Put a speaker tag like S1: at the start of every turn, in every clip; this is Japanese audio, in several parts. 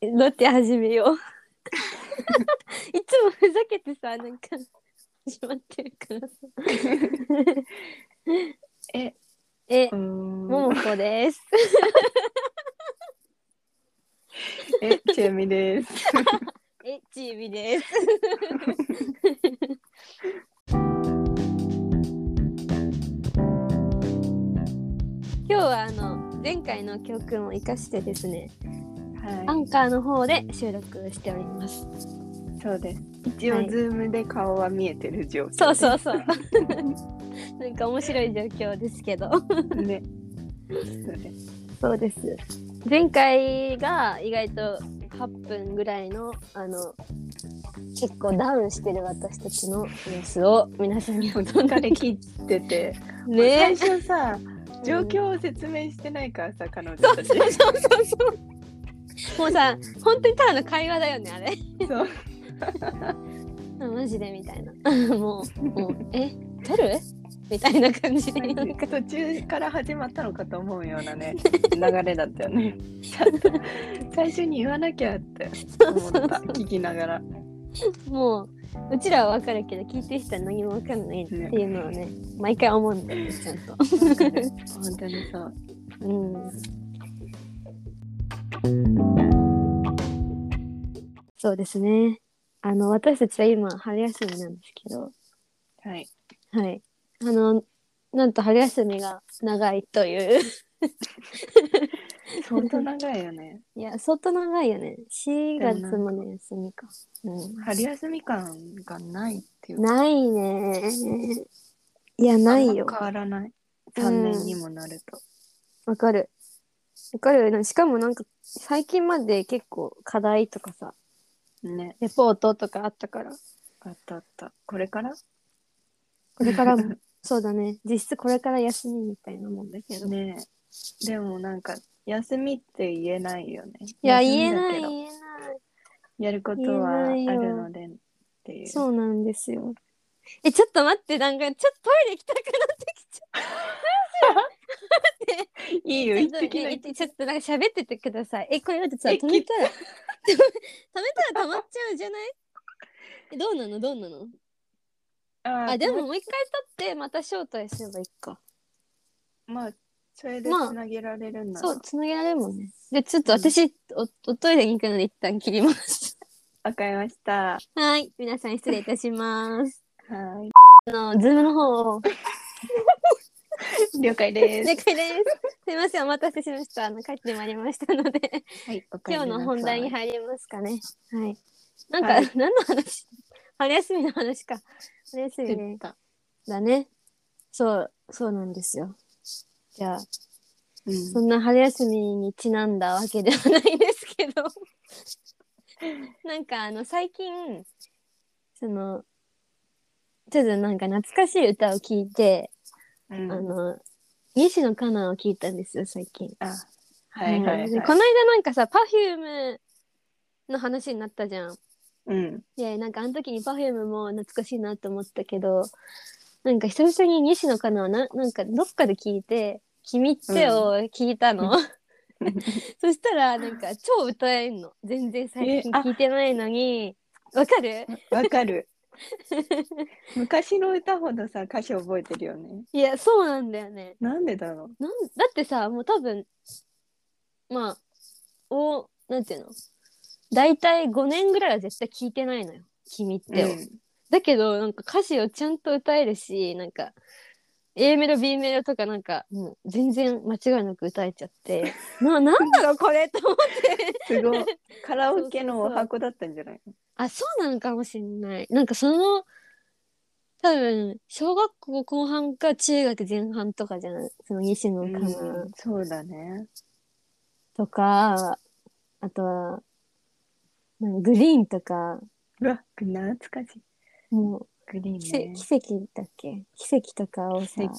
S1: えどうやって始めよういつもふざけてさなんか始まってるからさ
S2: え、
S1: え
S2: うーん
S1: ももこです
S2: え、ちえみ です。
S1: えちーび です今日はあの前回の教訓を生かしてですねア
S2: は
S1: ンカーの方で収録しております
S2: い、そうです。一
S1: は
S2: 応
S1: い
S2: ズームで顔は見えてる状況。
S1: そうそう そうなんか面白い状況ですけど
S2: ね。そうです。
S1: そうです。前回が意外と8分ぐらいのあの結構ダウンしてる私たちの様子を皆さんにお
S2: 疲
S1: 届
S2: れ
S1: け
S2: 切ってて、
S1: ね
S2: 最。初さ、状況を説明してないからさ、彼女たち。そう
S1: そうそうそう。もうさ本当にただの会話だよねあれ。あマジでみたいな。 もうもうえ撮るみたいな感じで。なんか
S2: 途中から始まったのかと思うようなね、流れだったよ ね。最初に言わなきゃって思った、聞きながら。
S1: もううちらはわかるけど聞いてる人は何もわかんないっていうのはね毎回思うんだよねちゃんと。
S2: 本当にそう。
S1: うんそうですね。あの私たちは今春休みなんですけど、
S2: はい。
S1: はい。あのなんと春休みが長いという。
S2: 相当長いよ ね。
S1: いや相当長いよね。4
S2: でも
S1: 月
S2: な
S1: もね休みか。う。
S2: 春休み感がないっていうんか
S1: ないね。いやないよ
S2: あん。ま変わらない
S1: うん
S2: 3年にもなると、
S1: わかる。わかるよね。しかもなんか最近まで結構課題とかさ、
S2: ね
S1: レポートとかあったから。
S2: あったあったこれから
S1: これからも、そうだね。実質これから休みみたいなもんだけど。
S2: ねえでもなんか休みって言えないよね
S1: いや、
S2: 休
S1: 言え
S2: みだ
S1: な
S2: け
S1: い、
S2: ど
S1: 言えな
S2: やることはあ
S1: 言えないよ
S2: るのでってい
S1: い。
S2: う
S1: そうなんですよ。え、ちょっと待って、なんか、ちょっとトイレ行きたくなってきちゃっ
S2: いい
S1: た。ちょっと
S2: よ一滴の
S1: ええちょっとなんか喋っててください。え、これだってさ、
S2: え
S1: 止めたら、止めたら溜まっちゃうじゃないえ、どうなのどうなの
S2: あ
S1: あ、でももう一回撮って、またショートにすればいいか。
S2: まあそれで
S1: まあ
S2: つなげられるんだ、
S1: そう、つなげられるもんね。で、ちょっと私、おおトイレに行くので一旦切ります。
S2: わかりました
S1: はい、皆さん失礼いたします。
S2: は
S1: あの、ズームの方を
S2: い了解です
S1: 正解です。すみません、お待たせしました。あの帰ってまいりましたので、
S2: はいお帰り
S1: 今日
S2: なさい
S1: の本題に入りますかね。はい。なんか、
S2: はい
S1: 何の話 春休みの話か。春休みね
S2: 出た
S1: だね。そう、そうなんですよ。じゃあ、
S2: うん
S1: そんな春休みにちなんだわけではないんですけど、 なんかあの、最近、その、ちょっとなんか懐かしい歌を聞いて、
S2: うん
S1: あの、西野カナを聞いたんですよ、最近。
S2: あはいはい、はい
S1: でこの間なんかさ Perfume の話になったじゃん。
S2: うん
S1: でなんかあの時に Perfume も懐かしいなと思ったけどなんか久々に西野カナはななんかどっかで聞いて「君って」を聞いたの。 そしたらなんか超歌えんの全然最近
S2: えあ
S1: 聞いてないのにわかる
S2: わか る。昔の歌ほどさ歌詞覚えてるよね。
S1: いやそうなんだよね。
S2: なんでだろ
S1: なんだってさもう多分まあおなんていうの大体5年ぐらいは絶対聞いてないのよ「君っ
S2: う。
S1: てを」
S2: うん
S1: だけどなんか歌詞をちゃんと歌えるしなんか A メロ B メロとかなんかもう全然間違いなく歌えちゃって ななんだろうこれと思って
S2: すごい。カラオケの
S1: そうそう
S2: お
S1: そう
S2: 箱だったんじゃないの
S1: あそうなのかもしんないなんかその多分小学校後半か中学前半とかじゃんその西野かな、
S2: うんそうだね。
S1: とか、あとは、なんかグリーンとか、
S2: うわ、懐かしい。
S1: も
S2: グリー
S1: う、奇跡
S2: ンね。
S1: 奇跡だっけ奇跡とかをさ
S2: 奇、跡。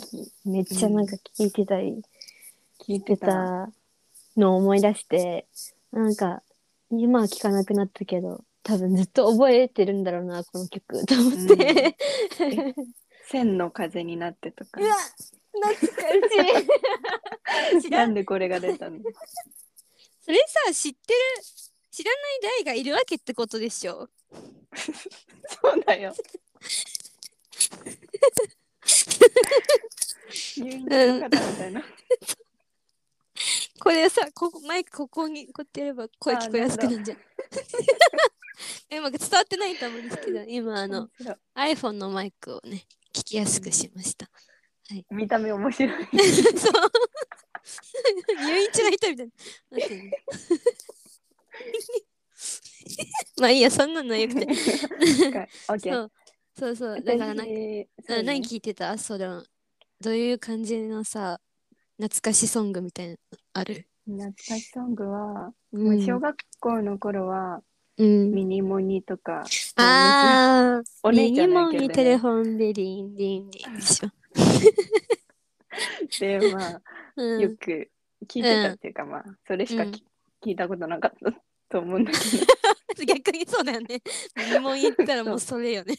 S1: めっちゃなんか聞いてたり
S2: 聞い
S1: して
S2: てた。
S1: たのを思い出して、なんか、今は聞かなくなったけど、多分ずっと覚えてるんだろうな、この曲、と思って。
S2: 千の風になってとか
S1: う。わ懐かしい知ら
S2: な んんでこれが出たの
S1: それさ、知ってる、知らない大がいるわけってことでしょ
S2: そうだよ。入院の方みたいな。
S1: これさここマイクここにこうやってやれば声聞こえやすくなるじゃん でも伝わってないと思うんですけど今あの
S2: 面白い
S1: iPhone のマイクをね聞きやすくしました、
S2: 見た目面白 い。
S1: そう入院中の人みたいななんていうのまあいいやそんなのよくて
S2: はいオッケ
S1: そ
S2: ー。
S1: うそうそうだからなんか
S2: 私そう
S1: う
S2: ね
S1: ん何聞いてたそれどういう感じのさ懐かしソングみたいなのある
S2: 懐かしソングは、
S1: う、
S2: もうん小学校の頃は
S1: うん、
S2: ミニモニとか、
S1: ああ
S2: お姉ちゃん
S1: ミニ
S2: だ
S1: モ
S2: け
S1: ン
S2: ど、
S1: に
S2: ね、
S1: テレフォンでリンリンリンでしょ。
S2: でまあ
S1: うん、
S2: よく聞いてたっていうか、まあそれしかき、聞いたことなかったと思うんだ け
S1: 逆にそうだよ ね。ミニモン行ったらもうそれよね。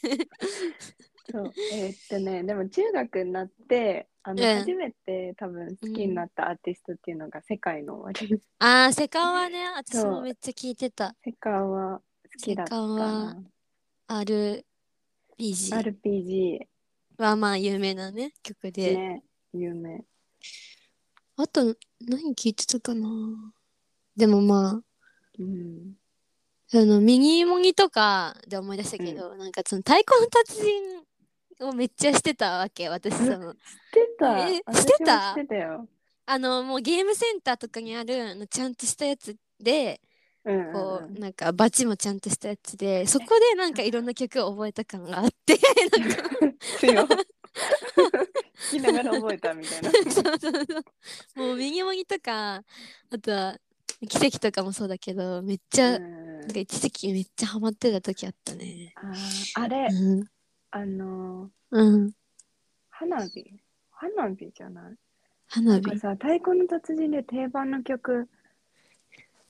S2: どそうえーっとねでも中学になってあの、
S1: うん
S2: 初めて多分好きになったアーティストっていうのが「世界の終わり」
S1: ああ、セカオワね、私
S2: そう
S1: もめっちゃ聞いてた。
S2: 世界は好きだったな
S1: RPG
S2: RPG
S1: はまあ有名なね、曲で。
S2: ね有名
S1: あと、何聞いてたかなでもま
S2: うん
S1: あ、あの、ミニモニとかで思い出したけど、なんかその太鼓の達人をめっちゃしてたわけ、私その。
S2: してた
S1: え
S2: 私も
S1: してた
S2: してたよ、
S1: あの、もうゲームセンターとかにある、あのちゃんとしたやつで、
S2: うんうんうん
S1: こうなんかバチもちゃんとしたやつでそこでなんかいろんな曲を覚えた感があってなんか
S2: 強聞きながら覚えたみたいな。
S1: そうそうそうもう右もぎとかあとは奇跡とかもそうだけどめっちゃ、
S2: うん
S1: なんか一時期めっちゃハマってた時あったね。
S2: あーあれ
S1: う、ん、
S2: あのー、
S1: うん、
S2: 花火花火じゃない
S1: 花
S2: なん
S1: 火
S2: かさ、太鼓の達人で定番の曲。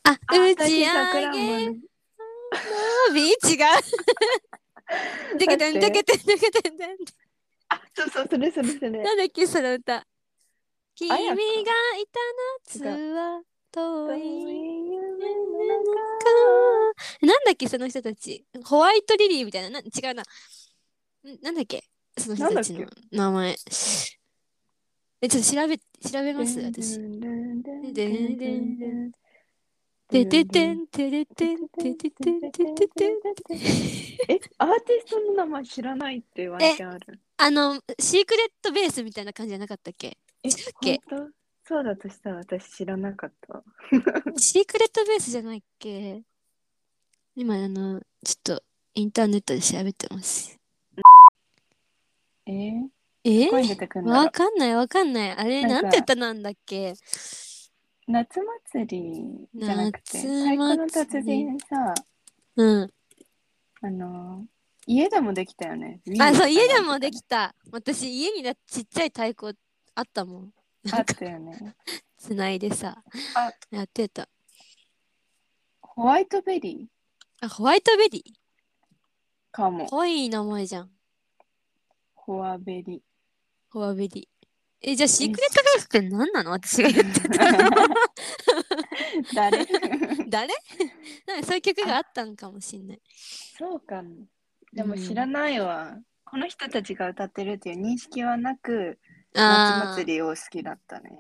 S1: あ
S2: あ
S1: うち
S2: 私
S1: あ
S2: さく
S1: げ
S2: らんぼ
S1: 花
S2: の
S1: 火違う。 てけてんてけてんてけてんてん
S2: あ、そうそう、それそれそれ。
S1: なんだっけその歌。君が
S2: やか
S1: いた夏は遠い。なんだっけその人たちホワイトリリーみたいなな違うなんなんだっけその人たちの
S2: なんだ
S1: 名前えちょっと調べ調べます私てててんてれてんてててんててて ん
S2: え、アーティストの名前知らないってワンチャンある。
S1: あのシークレットベースみたいな感じじゃなかったっ け
S2: え、
S1: 知らっけ
S2: 本当そうだとしたら私知らなかった。
S1: シークレットベースじゃないっけ今あのちょっとインターネットで調べてます
S2: えー、
S1: え
S2: どこに出てくんだろ
S1: わ
S2: う
S1: かんないわかんないあれなん
S2: なか
S1: んて歌なんだっけ
S2: 夏祭りじゃなくて、
S1: 夏
S2: 太
S1: 祭り
S2: 鼓の達人さ、
S1: うん
S2: あのー、家でもできたよね。
S1: あ、そう、家でもできた。私、家にだちっちゃい太鼓あったもん。
S2: た。あったよね。
S1: つないでさ
S2: あ、
S1: やってた。
S2: ホワイトベリー
S1: あ、ホワイトベリー。
S2: かも。
S1: かわいい名前じゃん。
S2: ホワベリ
S1: ホワベリー。え、じゃあ、シークレットベースって何なの私が言ってた。
S2: ー。誰
S1: 誰 なんかそういう曲があったんかもしんない。
S2: そうかも。でも知らないわ。この人たちが歌ってるっていう認識はなく、夏
S1: ああ。
S2: 祭りを好きだったね。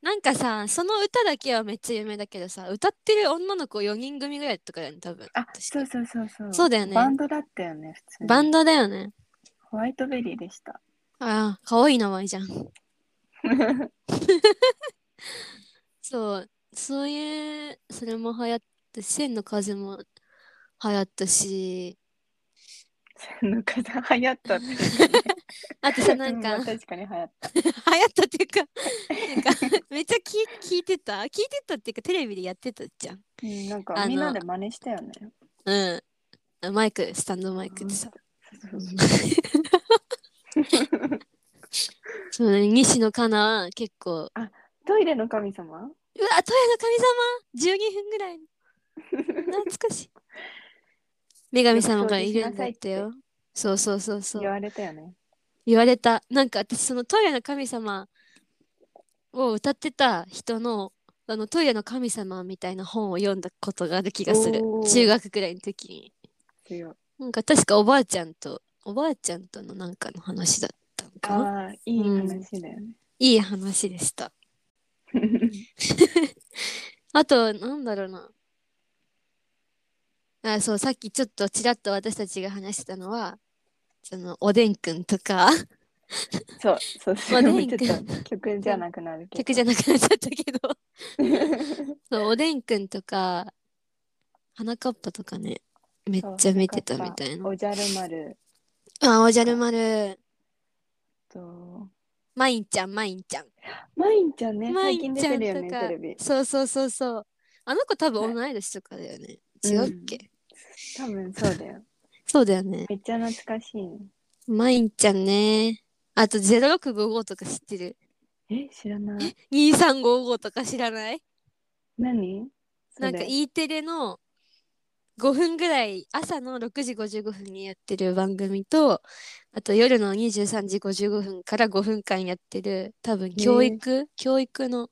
S1: なんかさ、その歌だけはめっちゃ有名だけどさ、歌ってる女の子4人組ぐらいとかだよね、多分。
S2: あ、
S1: 確か
S2: そうそうそうそう。
S1: そうだよね
S2: バンドだったよね、普通に。
S1: バンドだよね。
S2: ホワイトベリーでした。
S1: ああ、かわいい名前じゃん。そう、そういう、それも流行って、千の風も流行ったし、
S2: なんかさ流行ったっていうね。
S1: あと さ、なんか、流行
S2: うまあ確かに流行っ
S1: ったっていうか、なんか、めっちゃ聞聞いてた聞いてたっていうか、テレビでやってたじゃん。
S2: た。うん、なん
S1: あ
S2: か
S1: の
S2: みんなで真似したよね。
S1: うん。マイク、スタンドマイクでさ。
S2: そうそうそう
S1: そうね、西野カナは結構、
S2: トイレの神様
S1: うわ、トイレの神様 !12 分ぐらいの。懐かしい。女神様がいるんだってよ。そうそうそうそう
S2: 言。われたよね。
S1: 言われたなんか私そのトイレの神様を歌ってた人のあのトイレの神様みたいな本を読んだことがある気がする
S2: おー
S1: 中学くらいの時に
S2: 強い。
S1: なんか確かおばあちゃんとおばあちゃんとのなんかの話だったのかな
S2: ああ、いい話だよね。
S1: いい話でしたあとなんだろうなあそうさっきちょっとちらっと私たちが話してたのはそのおでんくんと か
S2: そう、そう、そ
S1: まあ
S2: れ
S1: ね
S2: もちょっと曲じゃなくなるけど。
S1: 客じゃなくなっちゃったけどそうおでんくんとかはなかっぱとかねめっちゃ見てたみたいな
S2: おじゃる丸
S1: あおじゃる丸
S2: と、
S1: まいんちゃんまいんちゃん
S2: まいんちゃんね、
S1: まい
S2: 最
S1: ん
S2: 近出
S1: ちゃ
S2: て
S1: ん
S2: るよ
S1: と
S2: ね、
S1: か
S2: テレビ。
S1: そうそうそうそうあの子多分同い年とかだよね、違うっけ、
S2: う多分そうだよ。
S1: そうだよね
S2: めっちゃ懐かしいね。
S1: まいんちゃんねあと0655とか知ってる
S2: え、知らない。
S1: 2355とか知らない
S2: 何そ
S1: な
S2: れ
S1: んか E テレの5分ぐらい朝の6時55分にやってる番組とあと夜の23時55分から5分間やってる多分教育、教育の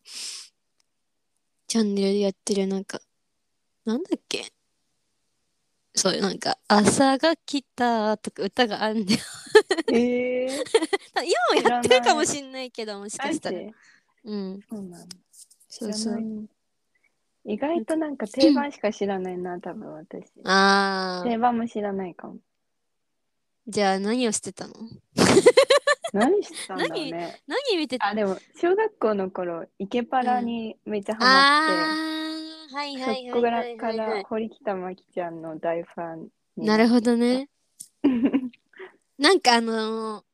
S1: チャンネルでやってるなんかなんだっけそうなんか「朝が来た」とか歌があるんだよ
S2: えー、
S1: 今もやってるかも
S2: 知
S1: しんないけどもし
S2: マ
S1: か
S2: ジ
S1: した
S2: そう
S1: らうん
S2: なんだ知
S1: そ
S2: ら
S1: う
S2: ない
S1: そう
S2: 意外となんか定番しか知らないな、多分私。
S1: あー
S2: 定番も知らないかも。
S1: じゃあ何をしてたの
S2: 何してたんだろうね。
S1: 何見てた
S2: あ、でも、小学校の頃、イケパラにめっちゃハ
S1: ああ、はい
S2: マ
S1: は
S2: って、
S1: いは
S2: そこ
S1: い
S2: か
S1: は
S2: ら
S1: い
S2: か
S1: はいはい、
S2: ら堀北真希ちゃんの大ファンに。
S1: なるほど ね。
S2: ど。
S1: なんかあのー、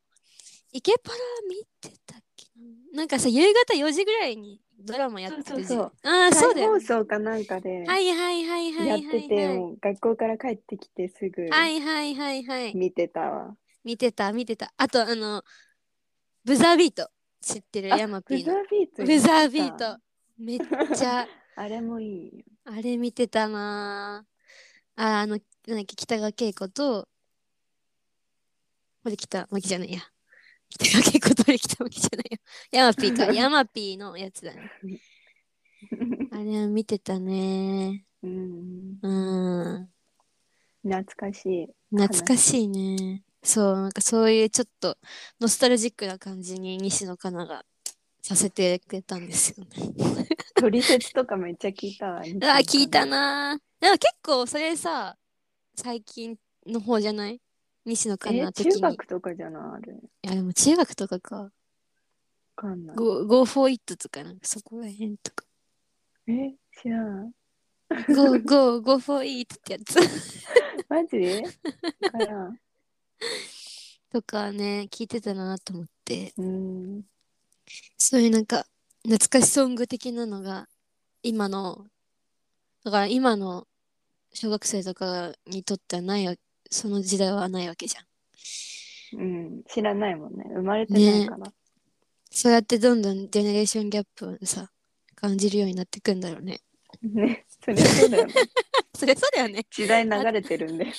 S1: イケパラ見てたっけななんかさ、夕方4時ぐらいにドラマやって
S2: そう
S1: る
S2: そうそう
S1: じゃん。ああ、そうだ
S2: 再
S1: よ
S2: 放
S1: ね。
S2: 送かなんかで
S1: はいはいはいはい
S2: や
S1: は
S2: っ
S1: い、
S2: てて、もう学校から帰ってきてすぐ
S1: はいはいはいはい。
S2: 見てたわ。
S1: 見てた見てた。あとあの、ブザービート。知ってる
S2: あ
S1: ヤマ
S2: ブ
S1: ピー
S2: ザ
S1: の。
S2: ービート。
S1: ブザービート。。めっちゃ、
S2: あれもいいよ。
S1: あれ見てたなぁ。あ、あの、なんだっけ、北川景子と、これ北巻じゃないや。北川景子と堀北巻じゃないよ。ヤマピー か。ヤマピーのやつだね。あれは見てたね
S2: うん、
S1: うん。
S2: 懐かしい。
S1: 懐かしいね。そう、なんかそういうちょっとノスタルジックな感じに西野カナがさせてくれたんです よね。
S2: トリセツとかめっちゃ聞いたわ。
S1: あ、聞いた。なぁ。でも結構それさ、最近の方じゃない西野カ
S2: え
S1: ナ、的に。
S2: 中学とかじゃないあれ。わ
S1: いやでも中学とかか。
S2: かんない。
S1: Go, go for it とかなんかそこら辺とか。
S2: え、知らん。
S1: go, go, go for it ってやつ
S2: マジわからん。
S1: とかね、聞いてたなと思って。
S2: うん。
S1: そういうなんか懐かしソング的なのが今の、だから今の小学生とかにとってはないわその時代はないわけじゃん。
S2: うん、知らないもんね。生まれてないから。
S1: そうやってどんどんジェネレーションギャップをさ、感じるようになってくんだろうね。
S2: ね。それそうだよね。
S1: そりゃそうだよね。
S2: 時代流れ てるんで。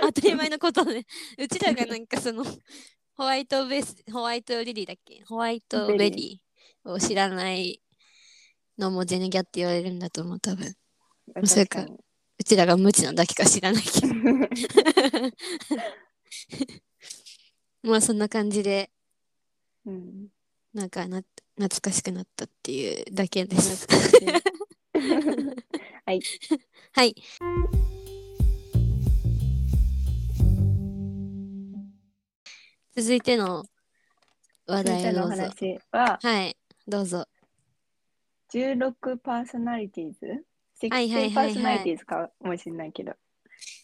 S1: 当たり前のことね。 うちらがなんかそのホワイトベース、ホワイトリリーだっけホワイトベ
S2: ベ
S1: リ
S2: リ
S1: ーを知らないのもジェネギャって言われるんだと思う、多分。そ
S2: 確
S1: うか
S2: かに。
S1: うちらが無知なだけか知らないけど。 まあそんな感じで、
S2: うん。
S1: なんかな懐かしくなったっていうだけです。
S2: 懐かしいはい。
S1: はい。続いての 話
S2: み
S1: 題
S2: た
S1: をどう
S2: の
S1: ぞ。
S2: 話は、
S1: はい、どうぞ。
S2: 16パーソナリティーズ
S1: はいはいはいはい
S2: ?16 パーソナリティーズかもしれないけど、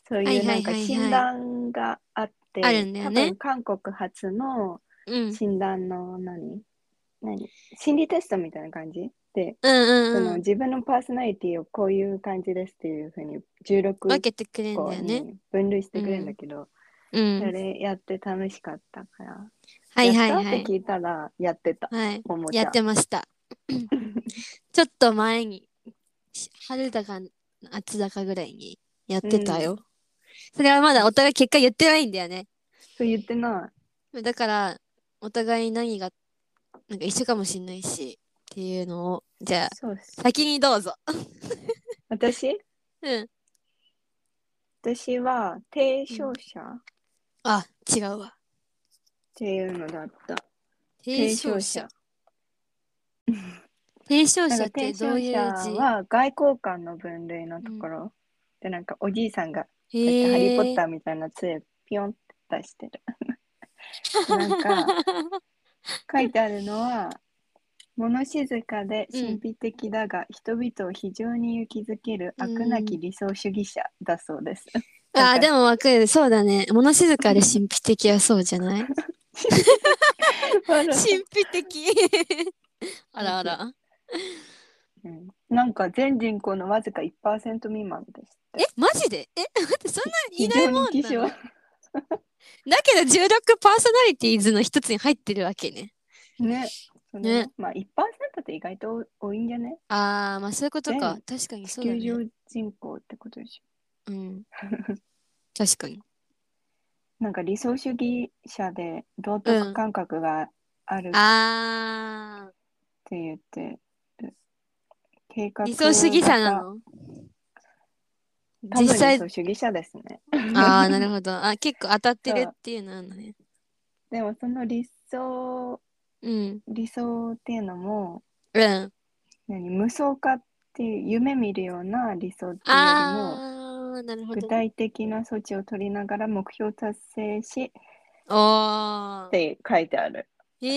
S2: そう
S1: はい
S2: い
S1: は
S2: う
S1: いは
S2: ないんか
S1: はい
S2: 診断があって、
S1: あるんだよね
S2: 多分韓国発の
S1: うん。
S2: 診断の何何心理テストみたいな感じで、
S1: うんう
S2: そ
S1: んう
S2: の
S1: ん。
S2: 自分のパーソナリティをこういう感じですっていうふうに
S1: 分
S2: 16
S1: けてくれるん
S2: 個
S1: だよね。
S2: に分類してくれるんだけど、
S1: う
S2: そ
S1: ん。
S2: れやって楽しかったから、
S1: はいはい
S2: やっ
S1: は
S2: たっ
S1: い
S2: て。聞いたらやってた。
S1: はい。
S2: ももちゃん
S1: やってま した。ちょっと前に、し春だか夏だかぐらいにやってたよ。それはまだお互い結果言ってないんだよね。
S2: そう言ってない。
S1: だから、お互い何が、なんか一緒かもしんないし、っていうのをじゃ
S2: そうです
S1: あ先にどうぞ。
S2: 私
S1: うん。
S2: 私は提唱者っ
S1: あ違うわ。
S2: ていうのだった。
S1: 提唱者。提唱
S2: なん
S1: 者
S2: か
S1: って
S2: 提
S1: ど
S2: 唱
S1: ういう
S2: 者
S1: 字
S2: は外交官の分類のところ、でなんかおじいさんが
S1: へ
S2: こうやってハリー・ポッタ
S1: ー。
S2: ーみたいな杖ピヨンって出し てる。なんか書いてあるのは物静かで神秘的だが、人々を非常に勇気づける悪なき理想主義者だそうです。
S1: あでもわかる。そうだね。物静かで神秘的はそうじゃない
S2: 笑
S1: 神秘的 あらあら。
S2: うんなんか全人口のわずか1%未満ですって。
S1: えマジでえ待ってそんない
S2: 非
S1: ない
S2: 常
S1: もんな
S2: に希少
S1: のだけど16パーソナリティーズの一つに入ってるわけね。
S2: ね。その
S1: ね
S2: まあ1%って意外と多いんじゃね
S1: ああまあそういうことか。確かに
S2: 地
S1: そうだ
S2: 球上
S1: ね。
S2: 人口ってことでし
S1: うん。 確かに。
S2: ょ。なんか理想主義者で道徳感覚があるっ
S1: ああ
S2: て言ってる。計画
S1: 理想主義者なの
S2: 多
S1: 実
S2: 分
S1: 際
S2: 理想主義者ですね。
S1: ああなるほど。あ結構当たってるっていうのあるのね。
S2: でもその理想
S1: うん。
S2: 理想っていうのも
S1: うん。
S2: 何無双化っていう夢見るような理想っていうよりも
S1: ああなるほ
S2: 具
S1: どね。
S2: 体的な措置を取りながら目標達成し
S1: あ
S2: っ
S1: あ。
S2: て書いてある
S1: へ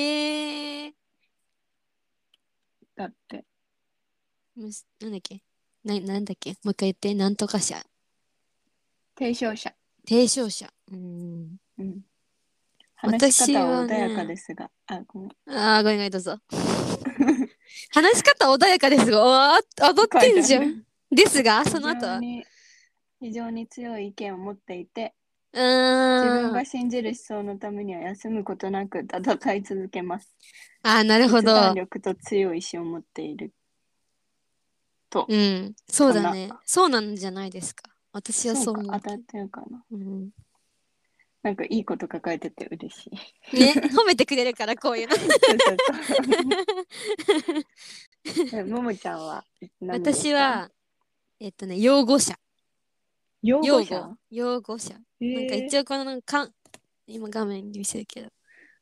S1: えー。
S2: だって
S1: むすなんだっけななんだっけもう一回言って。なんとか者。
S2: 提唱者、
S1: 提唱者。うん。
S2: うん、話し
S1: 私
S2: 方
S1: は
S2: は
S1: ね
S2: 穏やかですが、あごめん
S1: ああ、ごめんごめん、どうぞ。 話し方穏やかですが、おー踊ってんじゃ
S2: 書いて
S1: ん。ですが、その後
S2: 非
S1: は
S2: 常。に非常に強い意見を持っていて
S1: う
S2: 自分
S1: ーん。
S2: が信じる思想のためには休むことなく戦い続けます
S1: ああ、なるほ
S2: 決
S1: ど
S2: 断。力と強い意志を持っている
S1: うん。そうだね
S2: か。
S1: そうなんじゃないですか。私はそう
S2: か
S1: 思
S2: 当
S1: う。
S2: たってるかな
S1: うん、
S2: なんかいいこと書いてて嬉 しい
S1: ね、褒めてくれるから、こういう の。
S2: そうそうそうももちゃんは何ですか
S1: 私は、えっとね、擁護者。
S2: 擁
S1: 擁
S2: 護者
S1: 護。擁護者。なんか
S2: へえ
S1: 一応このなんかかん今画面に見せるけど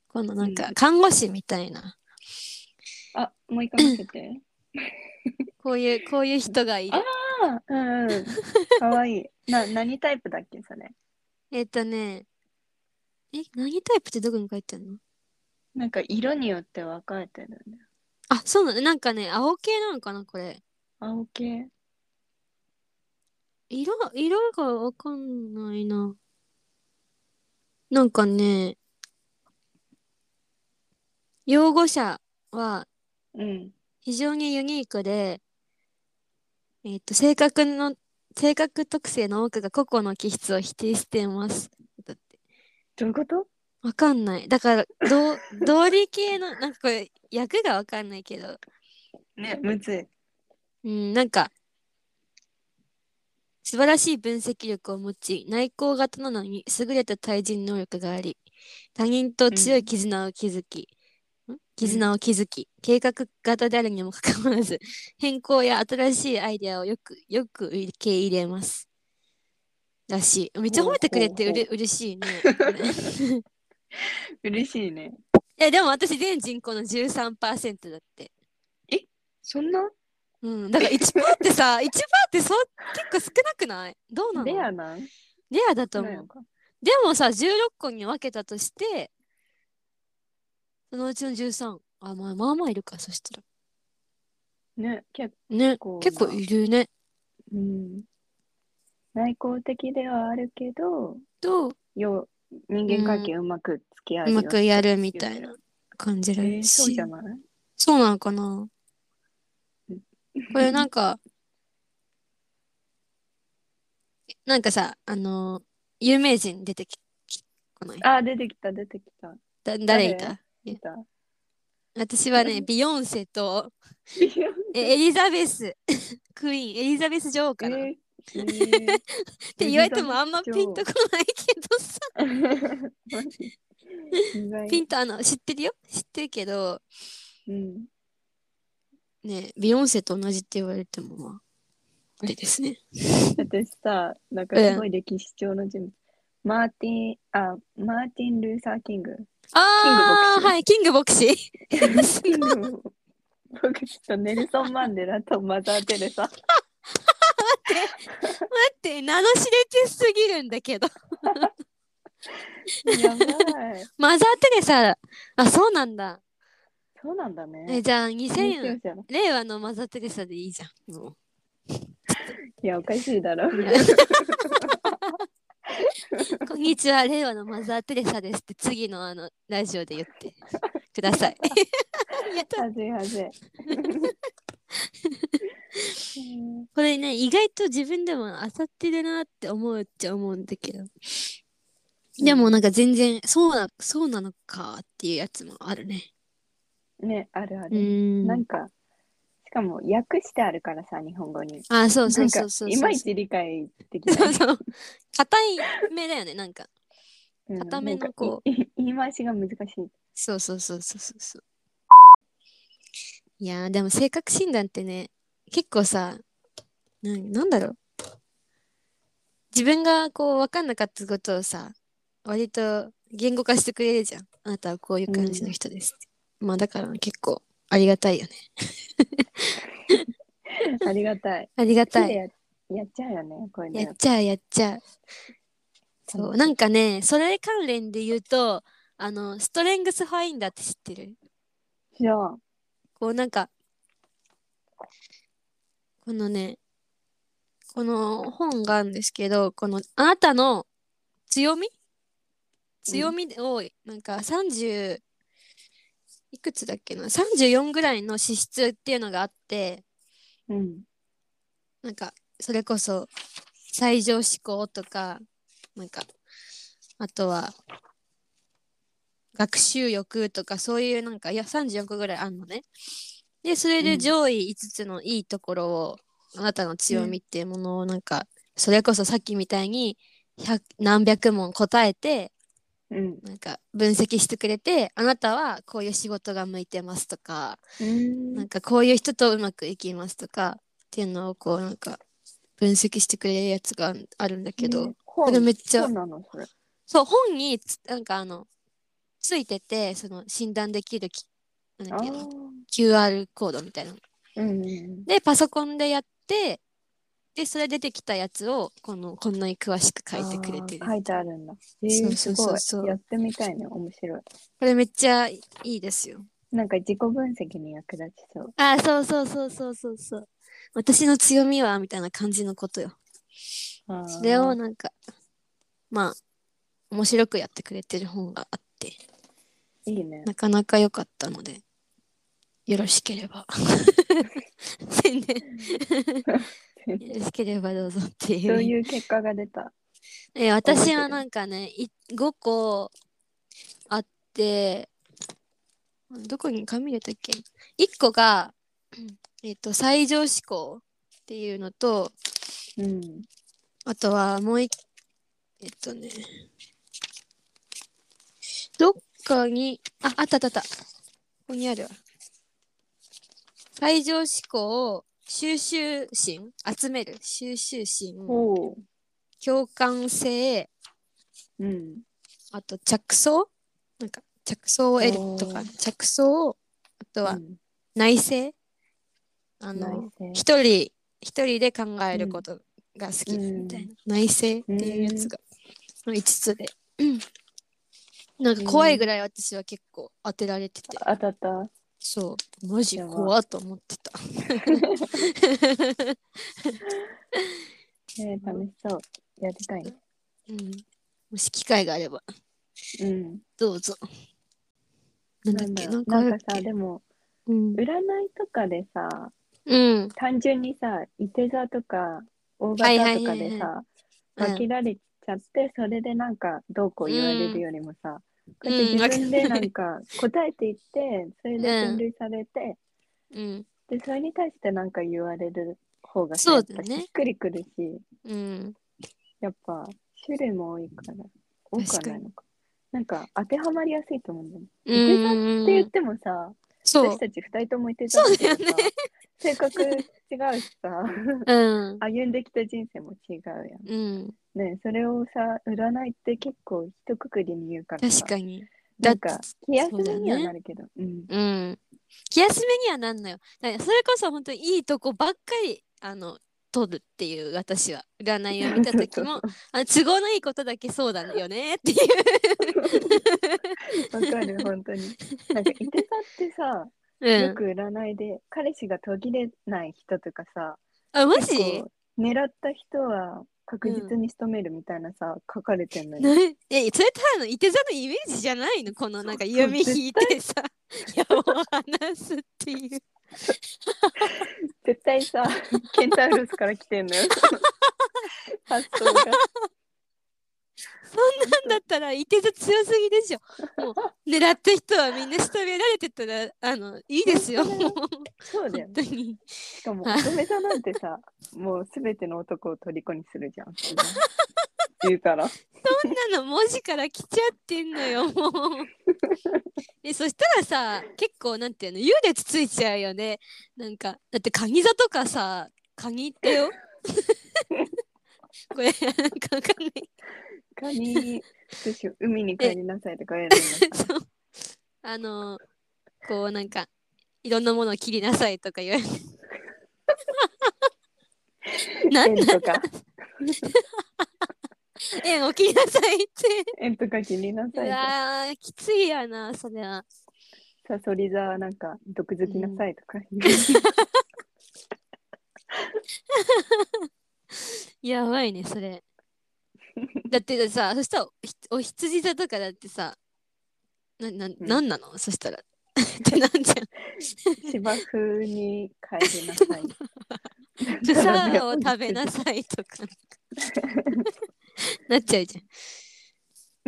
S1: このなん
S2: う
S1: か看護師みたいな
S2: あ、もう一回見せて。
S1: こういうこういう人がいる
S2: ああ、うんうん。かわい い。な、何タイプだっけ、それ。
S1: えっとねえ何タイプってどこに書いてあるの
S2: なんか色によって分かれてるんだよ。
S1: あそうなのなんかね青系なのかなこれ
S2: 青系。
S1: 色色がわかんないななんかね擁護者は
S2: うん。
S1: 非常にユニークで、えっと、性格の、性格特性の多くが個々の気質を否定しています。だって、
S2: どういうこと
S1: わかんない。だから、どう 道理系の、なんかこれ、役がわかんないけど、
S2: ね、むずい。
S1: うん、なんか、素晴らしい分析力を持ち、内向型なのに優れた対人能力があり、他人と強い絆を築き、ん絆を築き、計画型であるにもかかわらず、 変更や新しいアイデアをよく、よく受け入れます。らしい。めっちゃ褒めてくれてうれ
S2: ほ
S1: 嬉しいね。
S2: 嬉しいね。
S1: いや、でも私、全人口の13%だって。
S2: そんな
S1: うん、だから1%ってさ、1%ってそう結構少なくないどうなの
S2: レアなん
S1: レアだと思
S2: レア
S1: う。
S2: か
S1: でもさ、16個に分けたとして、そのうちの13。あ、まあまあまあいるか、そしたら。
S2: ね、結
S1: ね、
S2: 構な
S1: 結構いるね。
S2: 構、うん。内向的ではあるけど、
S1: と、
S2: よ人間関係うまく付き合
S1: う
S2: よ
S1: まくやるみたいな。感じ
S2: え
S1: ら
S2: ー
S1: しい。
S2: そうじゃない
S1: そうなのかな
S2: うん
S1: これなんか、なんかさ、あの、有名人出てき、きこない。
S2: あ、出てきた、出てきた。
S1: だ誰いた
S2: 出た。
S1: 私はね、ビヨンセと、
S2: いや
S1: えエリザベス、 クイーン、エリザベス女王かな、っ
S2: えーえー
S1: て言われてもあんまピンとこないけどさ、
S2: マジ意外
S1: ピンとあの、知ってるよ知ってるけど、
S2: うん。
S1: ね、ビヨンセと同じって言われても、まあ、あれですね。
S2: 私さ、なんかすごい歴史上の人物。マーティン、あ、マーティン・ルーサー・キング。
S1: ああ、
S2: キング牧師
S1: はい、キング牧師。
S2: キング僕ちょっとネルソン・マンデラとマザー・テレサ。
S1: 待って、名の知れてすぎるんだけど。
S2: やばい。
S1: マザー・テレサ、あ、そうなんだ。
S2: そうなんだ
S1: え
S2: ね。
S1: じゃあ、2000
S2: 面白
S1: 円
S2: い、じゃん
S1: 令和のマザー・テレサでいいじゃん。 も
S2: いや、おかしいだろ。
S1: いやうこんにちは、令和のマザー・テレサですって、次のあの、ラジオで言ってくださ い。やった
S2: はずいはずい。 うん
S1: これね、意外と自分でもあさってるなって思うっちゃ思うんだけど。でもなんか全然、そうな、そうなのかっていうやつもあるね。
S2: ね、あるあ
S1: う
S2: る。
S1: ん。
S2: なんか、しかも訳してあるからさ、日本語に。
S1: あ、そうそ
S2: な
S1: うんそ
S2: か
S1: うそうそう。
S2: いまいち理解で き
S1: そ
S2: な
S1: う
S2: い。
S1: そう。硬い目だよね、なんか。
S2: うん
S1: 固めの
S2: なん
S1: こ
S2: かいい言い回しが難しい。
S1: そうそうそうそうそうそう。いやー、でも性格診断ってね、結構さ、なんなんだろう。自分がこう分かんなかったことをさ、割と言語化してくれるじゃん。あなたはこういう感じの人ですって。まあだから結構ありがたいよね。
S2: ありがたい。
S1: ありが
S2: 好き
S1: た
S2: で
S1: い。
S2: ややっちゃうよね、こういうの
S1: やっちゃうやっちゃう。そう、なんかね、それ関連で言うと、あの、ストレングスファインダーって知ってる
S2: じゃあ、
S1: こうなんか、このね、この本があるんですけど、このあなたの強み強みを、なんか30、いくつだっけな ?34 ぐらいの資質っていうのがあって、
S2: うん。
S1: なんか、それこそ、最上思考とか、なんか、あとは、学習欲とか、そういうなんか、いや、34個ぐらいあんのね。で、それ
S2: う
S1: で
S2: ん
S1: 上位5つのいいところを、あなたの強みっていうものを、なんか、それこそさっきみたいに、100何百問答えて、
S2: うん。
S1: なんか、分析してくれて、あなたはこういう仕事が向いてますとか、
S2: うん
S1: なんかこういう人とうまくいきますとかっていうのをこうなんか分析してくれるやつがあるんだけど、
S2: ね本
S1: それめっちゃ
S2: そうなのそれ。
S1: そう本につなんかあのついててその診断できるきなんだ
S2: あ
S1: っ
S2: あ
S1: けな QR コードみたいなの
S2: うんうんうん。
S1: でパソコンでやってでそれ出てきたやつをこのこんなに詳しく書いてくれてる
S2: あー書いてあるんだ。え
S1: そ
S2: ー、
S1: うそ
S2: す
S1: うそ
S2: ご
S1: う
S2: い
S1: そう。
S2: やってみたいね、面白い。
S1: これめっちゃいいですよ
S2: なんか自己分析に役立ちそう。
S1: あーそうそうそうそうそうそう私の強みはみたいな感じのことよ
S2: あー
S1: それをなんかまあ面白くやってくれてる本があって
S2: いいね。
S1: なかなか良かったのでよろしければ 宣伝よろしければどうぞっていう
S2: どういう結果が出た
S1: えー私はなんかねい5個あってどこに紙入れたっけ1個が、えっと最上思考っていうのと
S2: うん。
S1: あとはもう一えっとね。どっかに、あ、あったあったあった。ここにあるわ。最上思考を収集心集める。収集心。
S2: おう。
S1: 共感性。
S2: うん。
S1: あと着想なんか着想を得るとか
S2: お。
S1: 着想を、あとは
S2: うん
S1: 内省。あの、
S2: 内省
S1: 一人一人で考えることが好きみたいな、内省っていうやつが、の5つでうんなんか怖いぐらい私は結構当てられてて、
S2: 当たった。
S1: そうマジ
S2: やば
S1: 怖っと思ってた
S2: えー、楽しそう。やりたいね。
S1: うん、もし機会があれば
S2: うん。
S1: どうぞなんだっけな
S2: なん
S1: ん
S2: だ
S1: か
S2: ろ
S1: あるっけ
S2: うなんかさ、でも、
S1: うん、
S2: 占いとかでさ、
S1: うん
S2: 単純にさ、いて座とか、大
S1: はいは
S2: 型
S1: い
S2: と
S1: は
S2: か
S1: いはい
S2: でさ、
S1: うん
S2: 分けられちゃって、それでなんか、どうこう言われるよりもさ、こうやって
S1: うん
S2: 自分でなんか、答えていって、それで分類されて、
S1: うん
S2: で、それに対してなんか言われる方が
S1: そうだ
S2: やっぱ
S1: ね
S2: しっくりくるし、
S1: うん
S2: やっぱ、種類も多いから、多くは
S1: 確かに
S2: ないのか。なんか、当てはまりやすいと思うんだよね。
S1: う
S2: いて座
S1: ん
S2: って言ってもさ、
S1: そう
S2: 私たち二人ともいてたんだけどさ
S1: そうだよね
S2: 性格違うし さ
S1: うん
S2: 歩んできた人生も違うやん
S1: うん
S2: ねえそれをさ占いって結構一括りに言うから
S1: 確
S2: さ
S1: かにだ
S2: なんか気休めにはなるけどう,、
S1: うん気休めにはなんのよだからそれこそ本当にいいとこばっかりあの取るっていう私は占いを見た時も あ都合のいいことだけそうだよねっていう
S2: ん わかる本当になんかいてたってさ
S1: う
S2: よ
S1: ん
S2: く占いで彼氏が途切れない人とかさ
S1: あマ
S2: 結
S1: ジ
S2: 構狙った人は確実に仕留めるみたいなさ、書かれてんのよ
S1: なえそれただのいて座のイメージじゃないのこの なんか弓引いてさ矢を話すっていう
S2: 絶対 さケンタウロスから来てんのよその発想が
S1: そんなんだったらいて座強すぎでしょもう狙った人はみんな仕留められてたらあのいいです よもう
S2: そうだよ
S1: 本
S2: ね
S1: 当に
S2: しかも乙女座なんてさもう全ての男を虜にするじゃん言うから
S1: そんなの文字から来ちゃってんのよも うえそしたらさ結構なんていうの優劣ついちゃうよねなんかだってカニ座とかさカニって よこれなんかわかんない
S2: カニ寿司を海に帰りなさいとか言われる
S1: そうあのこうなんかいろんなものを切りなさいとか言われてなん
S2: の
S1: だ
S2: 縁とか
S1: 円を切りなさいって
S2: 縁とか切りな
S1: う
S2: さいとか
S1: わーきついやなそれは
S2: さそり座はなんか毒づきなさいとか言
S1: やばいねそ れだってさそしたらおひお羊座とかだってさなな
S2: うん
S1: なんなの、そしたらってなんじゃん
S2: う芝生に帰りなさ い
S1: 草を食べなさいとかなっちゃうじゃ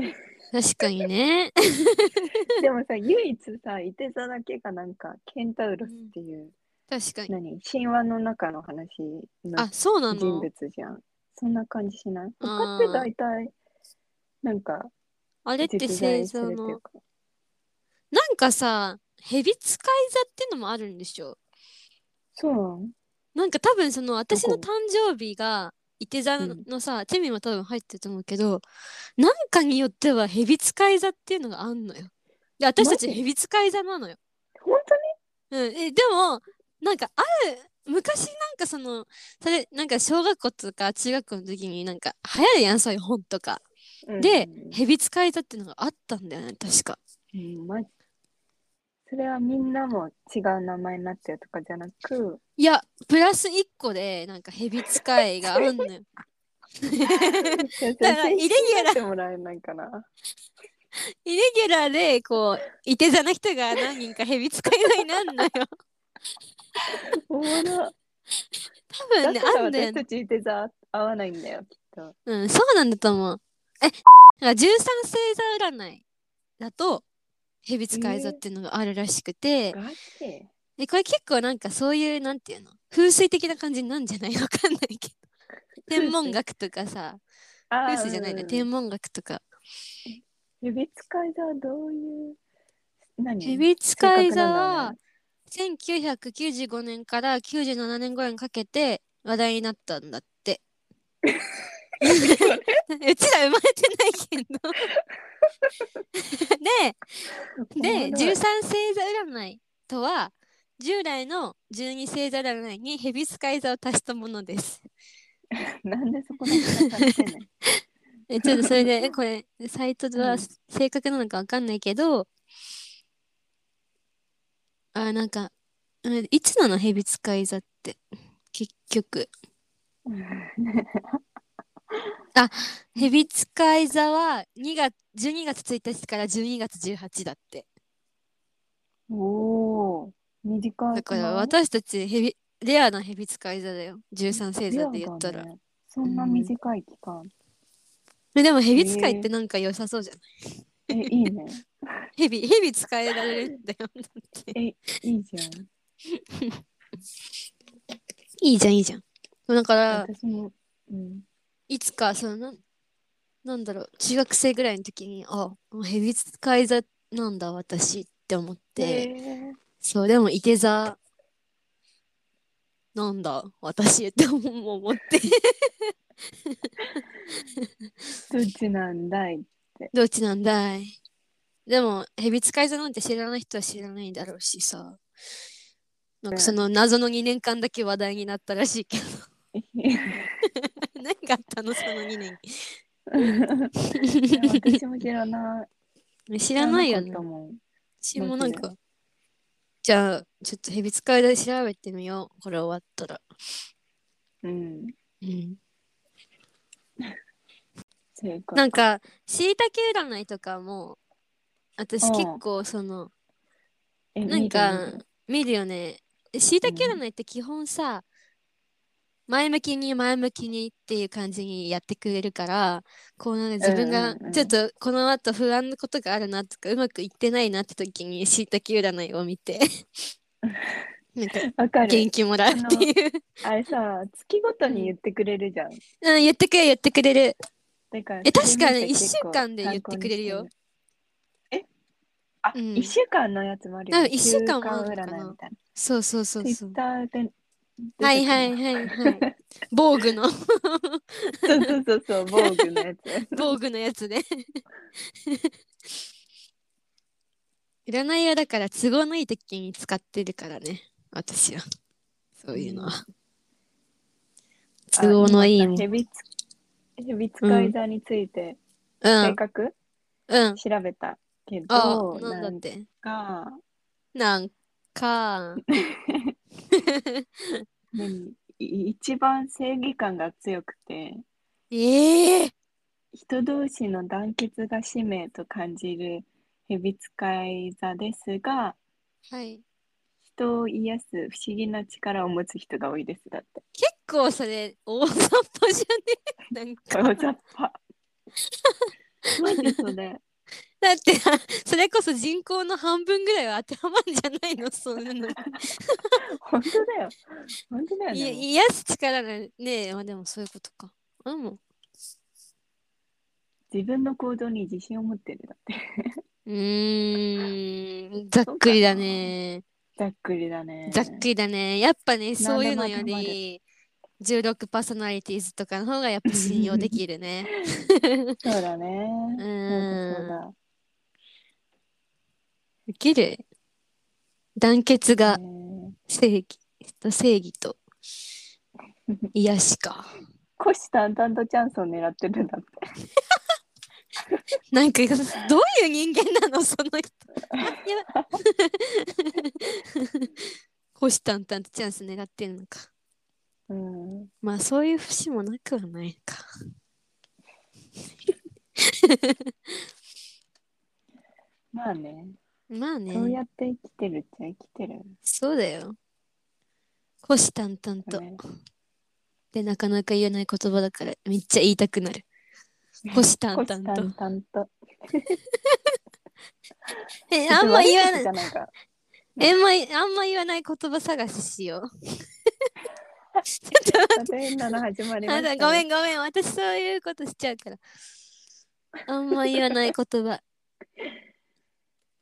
S1: ん確かにね
S2: でもさ唯一さいて座だけがなんかケンタウロスっていう、
S1: 確かに
S2: 何神話の中の話の
S1: あそうな
S2: 人
S1: の
S2: 物じゃんそんな感じしない
S1: あー
S2: 他って大体なんか
S1: あれって
S2: 実
S1: 星
S2: 在す
S1: 座
S2: るってい
S1: の
S2: うか
S1: なんかさ蛇使い座ってのもあるんでしょ
S2: そうなん
S1: なんか多分その私の誕
S2: ど
S1: 生日がいて座
S2: うん
S1: のさ、チェミも多分入ってると思うけどなんかによっては蛇使い座っていうのがあんのよ。で私たち
S2: マジ
S1: 蛇使い座なのよ。
S2: 本当
S1: うん、えでもなんかある昔なんかそのそれなんか小学校とか中学校の時になんか流行るやんそういう本とか
S2: に
S1: で蛇使い座っていうのがあったんだよね確か。
S2: うん、うんマジそれはみんなも違う名前になってるとかじゃな く
S1: いやプラス1個でなんか蛇使いがあんの よ。だからイレギュラー
S2: ーてもらえないかな
S1: イレギュラーでこういて座の人が何人か蛇使い座になんのよ
S2: おもろ
S1: 多
S2: だ
S1: 分
S2: か
S1: ね
S2: ら
S1: あんだよね
S2: 私たちってさ合わないんだよきっと
S1: うんそうなんだと思うえなんか13星座占いだと蛇使い座っていうのがあるらしくて、
S2: ガチ
S1: でこれ結構なんかそういうなんていうの風水的な感じになんじゃないわかんないけど天文学とかさ
S2: あ
S1: 風水じゃないな、
S2: うん
S1: 天文学とか
S2: 指使い座はどういう何
S1: 蛇使い座
S2: 性格な
S1: は
S2: んだ
S1: 1995年から97年頃にかけて話題になったんだって。うちら生まれてないけど。で、で、
S2: おもろ
S1: 13
S2: い
S1: 星座占いとは、従来の12星座占いに蛇使い座を足したものです。
S2: なんでそこに繋がってんの
S1: えちょっとそれ で、えこれ、サイト
S2: う
S1: は
S2: ん
S1: 正確なのかわかんないけど、あ、なんか、うんいつなの蛇使い座って、結 局。蛇使い座は2月、12月1日から12月18だって。
S2: おお、短い。
S1: だから私たち蛇、レアな蛇使い座だよ。13星座で言ったら。
S2: レアだねそんな短い期間。
S1: えでも蛇使いってなんか良さそうじゃない
S2: え、いいね。
S1: 蛇、蛇使えられるんだよ。だって
S2: え、いいじゃ
S1: いいじゃん、いいじゃん。だ から
S2: ん。、私も。うん。
S1: いつかそのなんなんだろう中学生ぐらいの時にあもうヘビ使い座なんだ私って思って、
S2: えー
S1: そう、でも、いて座、なんだ、私って思思って、
S2: どっちなん だい
S1: どっちなんだい。でも、蛇使い座なんて知らない人は知らないだろうしさ。なんかその謎の2年間だけ話題になったらしいけど。何があったのその2年
S2: 私も知らない。
S1: に。知らないよ
S2: 知
S1: ね
S2: ら。かったもん
S1: 私もなんか。じゃあ、ちょっと蛇使い座調べてみよう。これ終わったら。
S2: うん。
S1: うん。
S2: 正解。
S1: なんか、しいたけ占いとかも、私
S2: うん
S1: 結構その、
S2: え
S1: なん
S2: 見
S1: か
S2: る見
S1: 見
S2: る
S1: るよね。しいたけ占いって基本さ、前向きに前向きにっていう感じにやってくれるから、こうなんか自分が
S2: うんうんうん
S1: ちょっとこの後不安なことがあるなとか、うまくいってないなって時にしいたけ占いを見 て、なんか
S2: わかる
S1: 元。気もらうっていう。
S2: あれさ、月ごとに言ってくれるじゃん。
S1: うん、言ってくれる言ってくれる。
S2: だから
S1: え確かに
S2: それ見て結構
S1: 一週間で言ってくれるよ
S2: 参考にしてる。えあ、
S1: う
S2: 一
S1: ん
S2: 週間のやつもあるよ、
S1: うん一週間もあ
S2: は
S1: るの
S2: 占いみ
S1: かな
S2: たいな。
S1: そうそうそう
S2: ツイ
S1: そ
S2: ッ
S1: う。
S2: ターで出てくる。
S1: はいはいはいはい。防具の
S2: そうそうそうそう、防具のやつ。
S1: 防具のやつね占いはだから都合のいい時に使ってるからね私はそういうのは、 都合のいい
S2: あなんか
S1: も
S2: 蛇つ蛇使い座について
S1: う
S2: 性
S1: ん
S2: 格
S1: うん
S2: 調べたけ
S1: あ
S2: ど、
S1: なんだ
S2: な
S1: っ
S2: ん
S1: て
S2: か
S1: なんか
S2: 何い一番正義感が強くて
S1: ええ
S2: 人同士の団結が使命と感じる蛇使い座ですが
S1: はい
S2: 人を癒す不思議な力を持つ人が多いです だって。
S1: 結構それ大雑把じゃねなん か
S2: 大雑把。 マジそれ。
S1: だって あそれこそ人口の半分ぐらいは当てはまるんじゃないの そういうの
S2: 本当だよ。本当だよ
S1: いや
S2: ね。
S1: 癒す力がねえまあでもそういうことかでも
S2: 自分の行動に自信を持ってるだって。
S1: うーんざっくりだね
S2: ざっくりだね。
S1: ざっくりだねやっぱねそういうのよ
S2: 何でも当て
S1: り16パーソナリティーズとかの方がやっぱ信用できるね
S2: そうだね。
S1: う
S2: そうだそう
S1: ーん
S2: だ。
S1: できる団結が
S2: ね
S1: 正義と正義と癒しか
S2: 虎視眈々とチャンスを狙ってるんだって。
S1: なんかどういう人間なのそ の人あやば虎視眈々とチャンス狙ってるのか
S2: うん。
S1: まあそういう節もなくはないか。
S2: まあね。
S1: まあね、
S2: そうやって生きてるっちゃ生きてる。
S1: そうだよ。虎視眈々と。
S2: ね
S1: で、なかなか言えない言葉だからめっちゃ言いたくな る。虎視眈
S2: 虎視
S1: 々と
S2: 眈。々と。
S1: え、あんま言わ
S2: ち
S1: ない
S2: ょっと悪口じゃないから。
S1: えんまい、あんま言わない言葉探ししよう。
S2: また変なの始まりま
S1: あ
S2: した、
S1: だごめんごめん、私そういうことしちゃうから。あんま言わない言葉。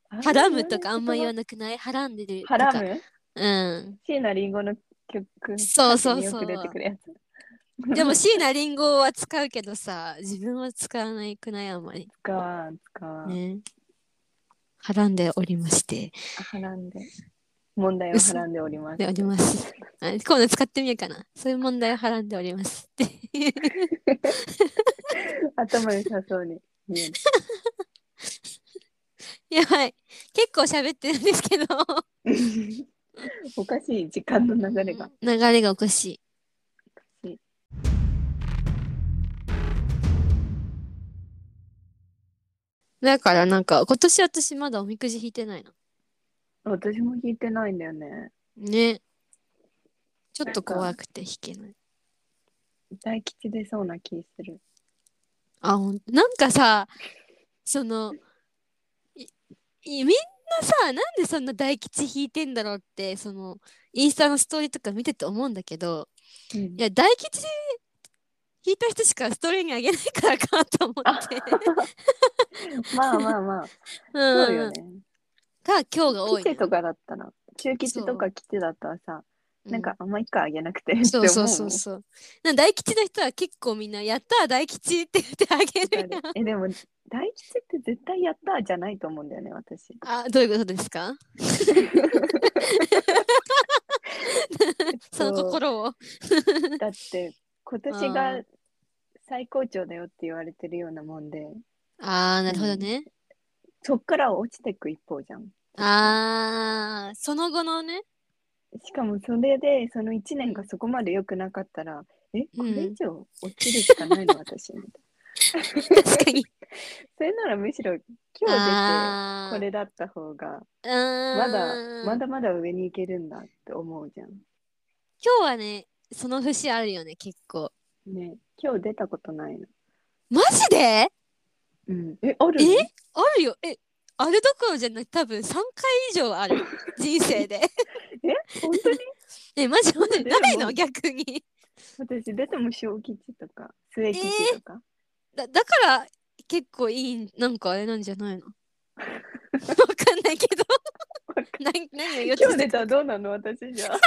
S1: はらむとかあんま言わ
S2: ない。
S1: なくないはらんでるとか。
S2: はらむ
S1: うん。
S2: 椎名林檎の曲
S1: そうそうそう
S2: 歌詞によく出てくるやつ。
S1: でも椎名林檎は使うけどさ、自分は使わないくないあんまり。
S2: 使わん使わん。
S1: ね。はらんでおりまして。
S2: はらんで。 問題をはらんでおります。
S1: でおります。あ今度使ってみようかな。そういう問題をはらんでおります。って
S2: 頭良さそうに見える。
S1: やばい。結構喋ってるんですけど。
S2: おかしい時間の流れが。
S1: 流れがおかしい。だからなんか今年私まだおみくじ引いてないの。
S2: 私も弾いてないんだよね。
S1: ね。ちょっと怖くて引けない。
S2: 大吉出そうな気する。
S1: あ、ほんなんかさ、その、いいみんなさ、なんでそんな大吉引いてんだろうって、その、インスタのストーリーとか見てて思うんだけど、
S2: うん
S1: いや、大吉引いた人しかストーリーにあげないからかなと思って。
S2: まあまあま
S1: う
S2: あ、
S1: ん
S2: そうよね。
S1: が、今日が多
S2: ピ
S1: い
S2: チ
S1: の。
S2: とかだったら中吉とか吉だったらさ、なんかあんま一回あげなくて、
S1: そうそうそうそう。なんか大吉の人は結構みんな「やったー大吉!」って言ってあげ
S2: って
S1: る
S2: 思
S1: や。
S2: うんえ、でも、大吉って絶対やったーじゃないと思うんだよね、私。
S1: あどういうことですか その心を。
S2: だって、今年
S1: あ
S2: が
S1: ー
S2: 最高潮だよって言われてるようなもんで、
S1: ああなるほどね。
S2: そっから落ちていく一方じゃん。
S1: ああその後の ね。
S2: しかもそれで、その1年がそこまで良くなかったら、え、これ以上落ちるしか ないの、私みたいな。
S1: 確かに。
S2: それならむしろ今日出
S1: あ
S2: てこれだった方がま
S1: ま
S2: だまだまだ上に行けるんだって思うじゃん。
S1: 今日はねその節あるよね結構
S2: ね今日出たことないの。
S1: マジで
S2: うん、えある
S1: えあるよえあれどころじゃなく多分3回以上あ る人生で
S2: 本当に
S1: えマジマジ
S2: 出る
S1: ない
S2: も
S1: の
S2: ん
S1: 逆に
S2: 私出ても小吉とか末吉とか。
S1: だだから結構いいなんかあれなんじゃない のわかんないけど何何を言おうとし
S2: 今
S1: て
S2: 日出たらどうなの私じゃあ。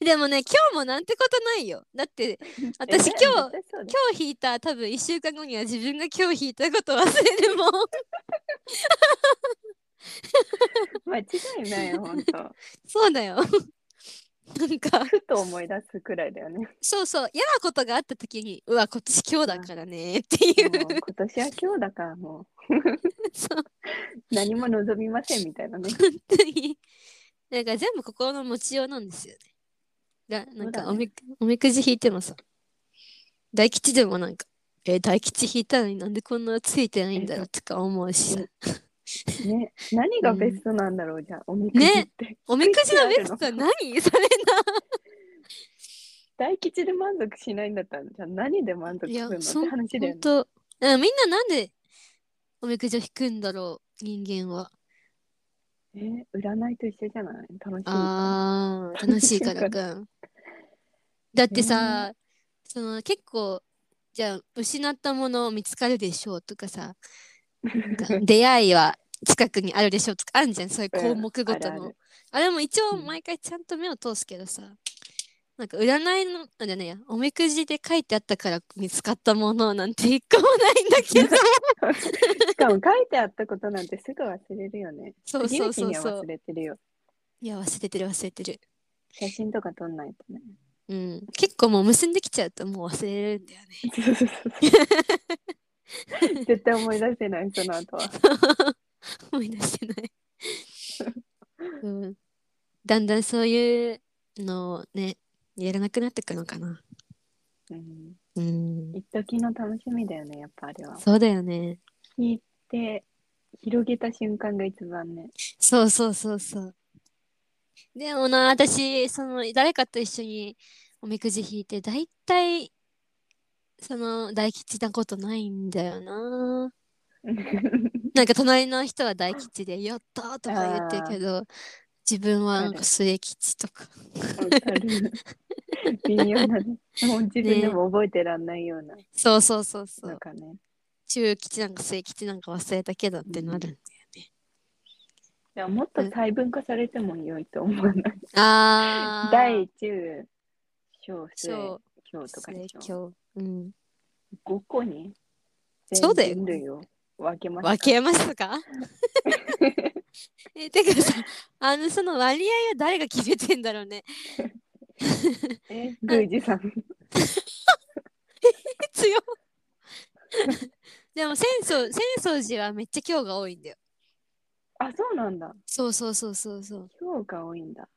S1: でもね今日もなんてことないよだって 私
S2: え
S1: 今日
S2: 絶対そうだ
S1: 今日引いた多分1週間後には自分が今日引いたこと忘れる もん
S2: 間違いないよ本当。
S1: そう だよなんか
S2: ふと思い出すくらいだよね。
S1: そうそう嫌なことがあった時にうわ今年今日だからねっていう
S2: もう今年は今日だからも
S1: そう
S2: う何も望みませんみたい なね。
S1: 本当になんか全部心の持ちようなんですよね。だなん
S2: そうだ
S1: か
S2: ね
S1: おみ,、おみくじ引いてもさ大吉でもなんかえー大吉引いたのになんでこんなついてないんだろうとか思うしさ
S2: ね何がベストなんだろうじゃあおみくじって。
S1: おみくじの
S2: つい
S1: ベ
S2: てあるの
S1: ストは何 それ
S2: 大吉で満足しないんだったらじゃあ何で満足
S1: い
S2: す
S1: や
S2: るのって
S1: そん
S2: 話だよ
S1: 本
S2: ね。
S1: 当うんみんななんでおみくじを引くんだろう人間は
S2: えー占いと一緒じゃない楽しいから。
S1: ああ、楽しいから か。だってさ、その結構、じゃあ、失ったもの見つかるでしょうとかさ、なん か出会いは近くにあるでしょうとかあるじゃん、そういう項目ごと
S2: うんあるあ
S1: の
S2: る。
S1: あれも一応
S2: うん
S1: 毎回ちゃんと目を通すけどさ、なんか占いの、あじゃねえや、おみくじで書いてあったから見つかったものなんて一個もないんだけ ど。
S2: しかも書いてあったことなんてすぐ忘れるよね。
S1: そうそうそう
S2: 次の日には
S1: そう
S2: 忘。れてるよ。
S1: いや、忘れてる忘れてる。
S2: 写真とか撮んないとね。
S1: うん。結構もう結んできちゃうともう忘れるんだよね。
S2: 絶対思い出せないその後は。
S1: 思い出してない、うん、だんだんそういうのをねやらなくなってくのかな
S2: うん、
S1: うん
S2: 一時の楽しみだよねやっぱあれは。
S1: そうだよね
S2: 聞いて広げた瞬間が一番ね。
S1: そうそうそうそうでもな私その誰かと一緒におみくじ引いて大体その大吉なことないんだよななんか隣の人は大吉で「やった!」とか言ってるけど自分はなんか末吉とか
S2: わか る。微妙なね。もう自分でも覚えてらんないような。
S1: そうそうそうそう
S2: なんかね。
S1: 中吉なんか末吉なんか忘れたけどってなるんだよね。
S2: でももっと細分化されても良いと思わない。
S1: ああ。
S2: 大中小末
S1: 小
S2: 今日とかでしょ。
S1: 今日。うん。
S2: 5個に
S1: そうだよ
S2: 全人類を分けました。
S1: 分けました かえ、てかさ、あの、その割合は誰が決めてんだろうね。
S2: え宮司さん。
S1: え強っでも浅草、浅草寺はめっちゃ今日が多いんだよ。
S2: あ、そうなんだ。
S1: そうそうそうそうそう。
S2: 今日が多いんだ。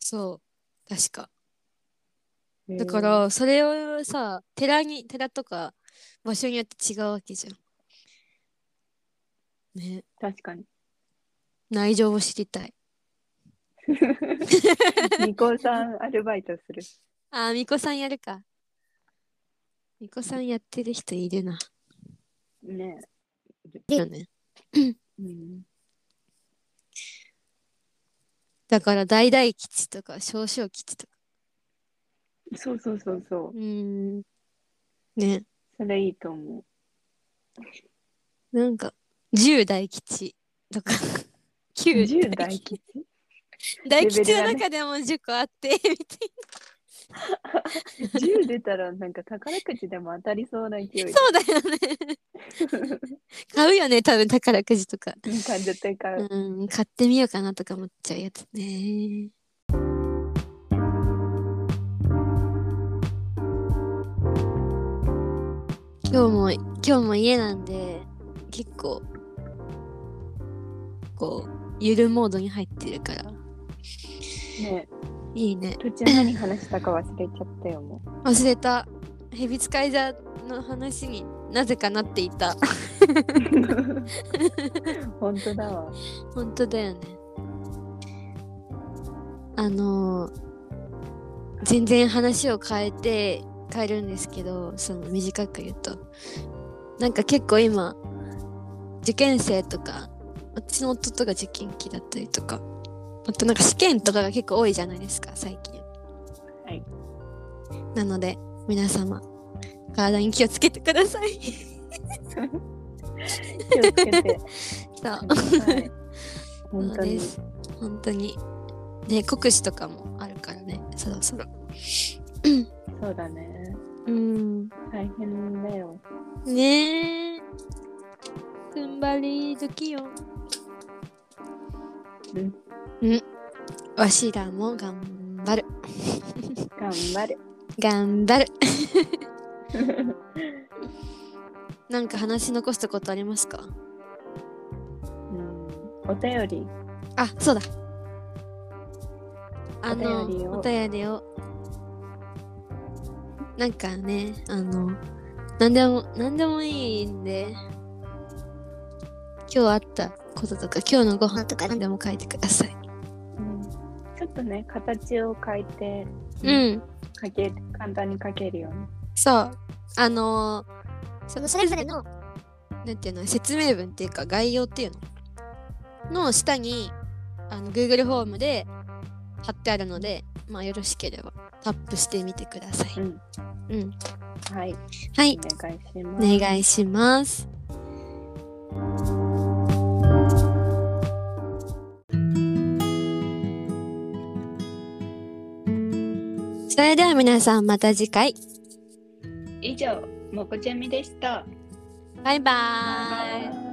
S1: そう。確か。
S2: へー
S1: だか、ら、それをさ、寺に、寺とか場所によって違うわけじゃん。ね。
S2: 確かに。
S1: 内情を知りたい。
S2: ニコさんアルバイトする。
S1: あー、みこさんやるか。みこさんやってる人いるな。
S2: ね
S1: よね。
S2: うん。
S1: だから、大々吉とか、少々吉とか。
S2: そうそうそうそう。
S1: うーん。ね。
S2: それいいと思う。
S1: なんか、十大吉とか、九
S2: 10
S1: 大
S2: 大
S1: 吉。
S2: 吉
S1: 大吉の中でも10個あってみたい
S2: 10出たらなんか宝くじでも当たりそうな勢いで
S1: な そうだよね買うよね多分宝くじとか
S2: うん絶対買う、
S1: うん買ってみようかなとか思っちゃうやつね今日も今日も家なんで結構こうゆるモードに入ってるから
S2: ね
S1: いいね
S2: 途中何話したか忘れちゃったよもう
S1: 忘れたヘビ使い座の話になぜかなっていた
S2: 本当だわ
S1: 本当だよねあの全然話を変えて変えるんですけどその短く言うとなんか結構今受験生とか私の夫とか受験期だったりとかあとなんか試験とかが結構多いじゃないですか最近
S2: はい
S1: なので皆様体に気をつけてくださ い
S2: 気を つけて
S1: そう
S2: はい本当に
S1: です本当にね国試とかもあるからねそろそろ
S2: そうだね
S1: うん
S2: 大変だよ
S1: ねえ踏ん張り時よ
S2: うん
S1: うんわしらも頑張る
S2: 頑張る
S1: 頑 張るなんか話し残したことありますか
S2: うんお便り
S1: あそうだあの
S2: お便りを
S1: お便りをなんかねあの何でも何でもいいんで今日あったこととか今日のご飯とか何でも書いてください
S2: うんちょっとね形を変えて
S1: う、ん
S2: 書け簡単に書けるように
S1: そうあのーそのそれぞれのなんていうの説明文っていうか概要っていうのの下にあの Google フォームで貼ってあるので、まあ、よろしければタップしてみてください。
S2: うん
S1: うん、
S2: はい
S1: はい
S2: お願いし
S1: お
S2: ます、
S1: 願いします。それでは皆さんまた次回
S2: 以上もこちゃみでした
S1: バイバーイ。
S2: イ